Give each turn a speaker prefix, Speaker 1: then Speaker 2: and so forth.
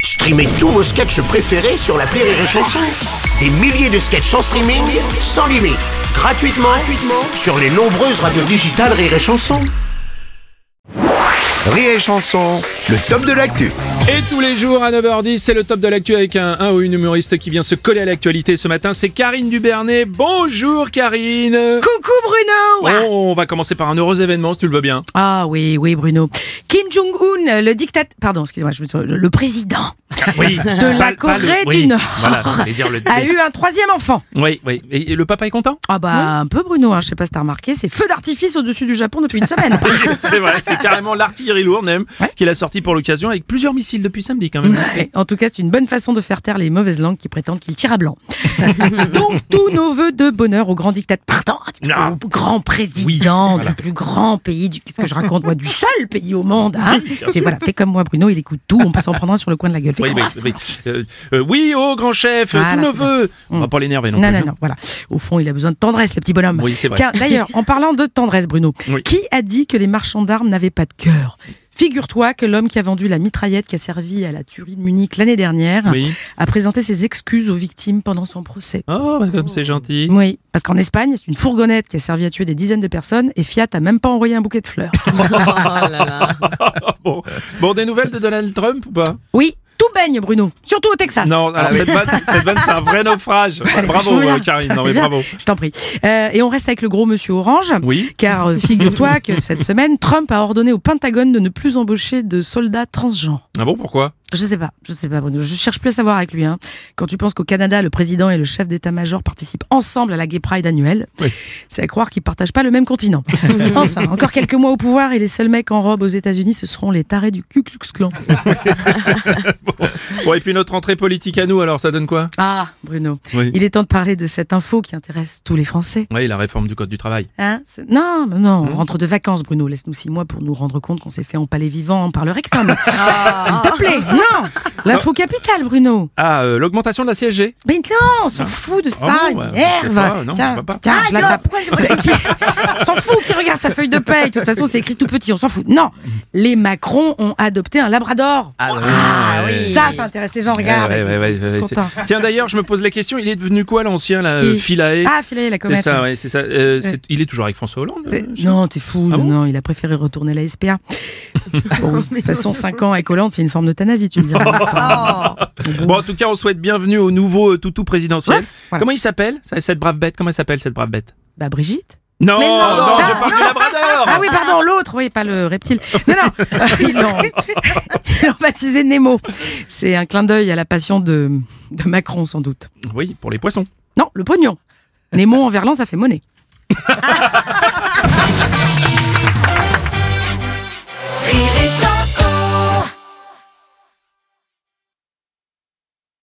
Speaker 1: Streamez tous vos sketchs préférés sur la Rire et Chanson. Des milliers de sketchs en streaming, sans limite, gratuitement, gratuitement sur les nombreuses radios digitales Rire et Chanson.
Speaker 2: Rire et Chanson, le top de l'actu.
Speaker 3: Et tous les jours à 9h10, c'est le top de l'actu avec un, un ou une humoriste qui vient se coller à l'actualité ce matin. C'est Karine Dubernay. Bonjour Karine Oh,
Speaker 4: Coucou Bruno
Speaker 3: on, on va commencer par un heureux événement si tu le veux bien.
Speaker 4: Ah oui, oui Bruno. Kim Jong-un, le dictateur... Pardon, excusez-moi, je me suis- le président
Speaker 3: Oui.
Speaker 4: de la Corée du Nord
Speaker 3: Voilà, j'allais dire le
Speaker 4: a eu un troisième enfant.
Speaker 3: Oui, oui. Et, et le papa est content
Speaker 4: Ah bah un peu Bruno, hein, je sais pas si t'as remarqué, c'est feu d'artifice au-dessus du Japon depuis une semaine.
Speaker 3: C'est vrai, c'est carrément l'artillerie lourde même
Speaker 4: Ouais.
Speaker 3: qu'il a sorti pour l'occasion avec plusieurs missiles depuis samedi quand même.
Speaker 4: Ouais, en tout cas, c'est une bonne façon de faire taire les mauvaises langues qui prétendent qu'il tire à blanc. Donc, tous nos voeux de bonheur au grand dictateur, pardon,
Speaker 3: Non.
Speaker 4: au grand président du plus grand pays, du, qu'est-ce que je raconte, moi, du seul pays au monde. hein. c'est voilà, fais comme moi, Bruno, il écoute tout, on peut s'en prendre un sur le coin de la gueule. Fais
Speaker 3: Oui,
Speaker 4: comme
Speaker 3: oui,
Speaker 4: moi.
Speaker 3: oui. Euh, euh, oui, oh grand chef, euh,
Speaker 4: Voilà,
Speaker 3: tous nos
Speaker 4: c'est bon.
Speaker 3: voeux. On va pas l'énerver non,
Speaker 4: Non,
Speaker 3: plus.
Speaker 4: non, non, voilà. Au fond, il a besoin de tendresse, le petit bonhomme.
Speaker 3: Oui, c'est vrai.
Speaker 4: Tiens, d'ailleurs, en parlant de tendresse, Bruno,
Speaker 3: Oui.
Speaker 4: qui a dit que les marchands d'armes n'avaient pas de cœur Figure-toi que l'homme qui a vendu la mitraillette qui a servi à la tuerie de Munich l'année dernière
Speaker 3: Oui.
Speaker 4: a présenté ses excuses aux victimes pendant son procès.
Speaker 3: Oh, bah, comme c'est gentil.
Speaker 4: Oui, parce qu'en Espagne, c'est une fourgonnette qui a servi à tuer des dizaines de personnes et Fiat a même pas envoyé un bouquet de fleurs.
Speaker 3: Ah, Bon. Bon, des nouvelles de Donald Trump ou pas
Speaker 4: Oui, tout baigne, Bruno, surtout au Texas.
Speaker 3: Non, alors cette vanne, cette vanne, c'est un vrai naufrage.
Speaker 4: Je
Speaker 3: Bravo,
Speaker 4: reviens.
Speaker 3: euh, Karine. Non, mais
Speaker 4: Bien,
Speaker 3: bravo.
Speaker 4: Je t'en prie. Euh, et on reste avec le gros monsieur orange.
Speaker 3: Oui.
Speaker 4: Car euh, figure-toi que cette semaine, Trump a ordonné au Pentagone de ne plus embaucher de soldats transgenres.
Speaker 3: Ah bon, pourquoi
Speaker 4: Je sais pas, je sais pas, Bruno. Je cherche plus à savoir avec lui. hein. Quand tu penses qu'au Canada, le président et le chef d'état-major participent ensemble à la Gay Pride annuelle,
Speaker 3: Oui.
Speaker 4: c'est à croire qu'ils partagent pas le même continent. enfin, encore quelques mois au pouvoir et les seuls mecs en robe aux États-Unis, ce seront les tarés du Ku Klux Klan.
Speaker 3: Ah. Bon, et puis notre entrée politique à nous, alors ça donne quoi
Speaker 4: Ah, Bruno,
Speaker 3: Oui.
Speaker 4: il est temps de parler de cette info qui intéresse tous les Français.
Speaker 3: Oui, la réforme du Code du travail.
Speaker 4: Hein, c'est- non, mais non,
Speaker 3: Hmm?
Speaker 4: on rentre de vacances, Bruno. Laisse-nous six mois pour nous rendre compte qu'on s'est fait empaler vivant par le rectum. S'il te plaît, non L'info capitale, Bruno.
Speaker 3: Ah, euh, l'augmentation de la CSG
Speaker 4: Mais non, on s'en fout de ça,
Speaker 3: Ah
Speaker 4: il
Speaker 3: bon, ouais, je sais
Speaker 4: m'énerve.
Speaker 3: pas, non, je
Speaker 4: Tiens,
Speaker 3: vois pas.
Speaker 4: tiens, je la tape. C'est qui- On s'en fout qui regarde sa feuille de paye. De toute façon, c'est écrit tout petit, on s'en fout. Non, les Macron ont adopté un labrador.
Speaker 3: Ah oui.
Speaker 4: Ça, ça intéresse les gens, regarde.
Speaker 3: Eh Ouais, ouais, ouais, ouais,
Speaker 4: Ils sont
Speaker 3: ouais,
Speaker 4: contents.
Speaker 3: c'est- Tiens, d'ailleurs, je me pose la question, il est devenu quoi l'ancien, là,
Speaker 4: Qui
Speaker 3: euh, Philae
Speaker 4: Ah, filet, la comète.
Speaker 3: C'est ça, ouais, c'est ça. Euh, c'est- Il est toujours avec François Hollande
Speaker 4: C'est-
Speaker 3: euh, je-
Speaker 4: Non, t'es fou,
Speaker 3: Ah
Speaker 4: non,
Speaker 3: bon
Speaker 4: non, il a préféré retourner à la SPA. Bon, de toute façon, 5 ans avec Hollande, c'est une forme d'euthanasie, tu me diras.
Speaker 3: Bon, en tout cas, on souhaite bienvenue au nouveau euh, toutou présidentiel.
Speaker 4: Bref, voilà.
Speaker 3: Comment il s'appelle, ça- cette brave bête Comment elle s'appelle, cette brave bête
Speaker 4: Bah, Brigitte
Speaker 3: non,
Speaker 5: Mais non, non.
Speaker 3: je parle du Labrador
Speaker 4: Ah oui, pardon, l'autre, oui, pas le reptile. Non, non, ils l'ont ils l'ont baptisé Nemo. C'est un clin d'œil à la passion de, de Macron, sans doute.
Speaker 3: Oui, pour les poissons.
Speaker 4: Non, le pognon. Nemo en verlan, ça fait monnaie.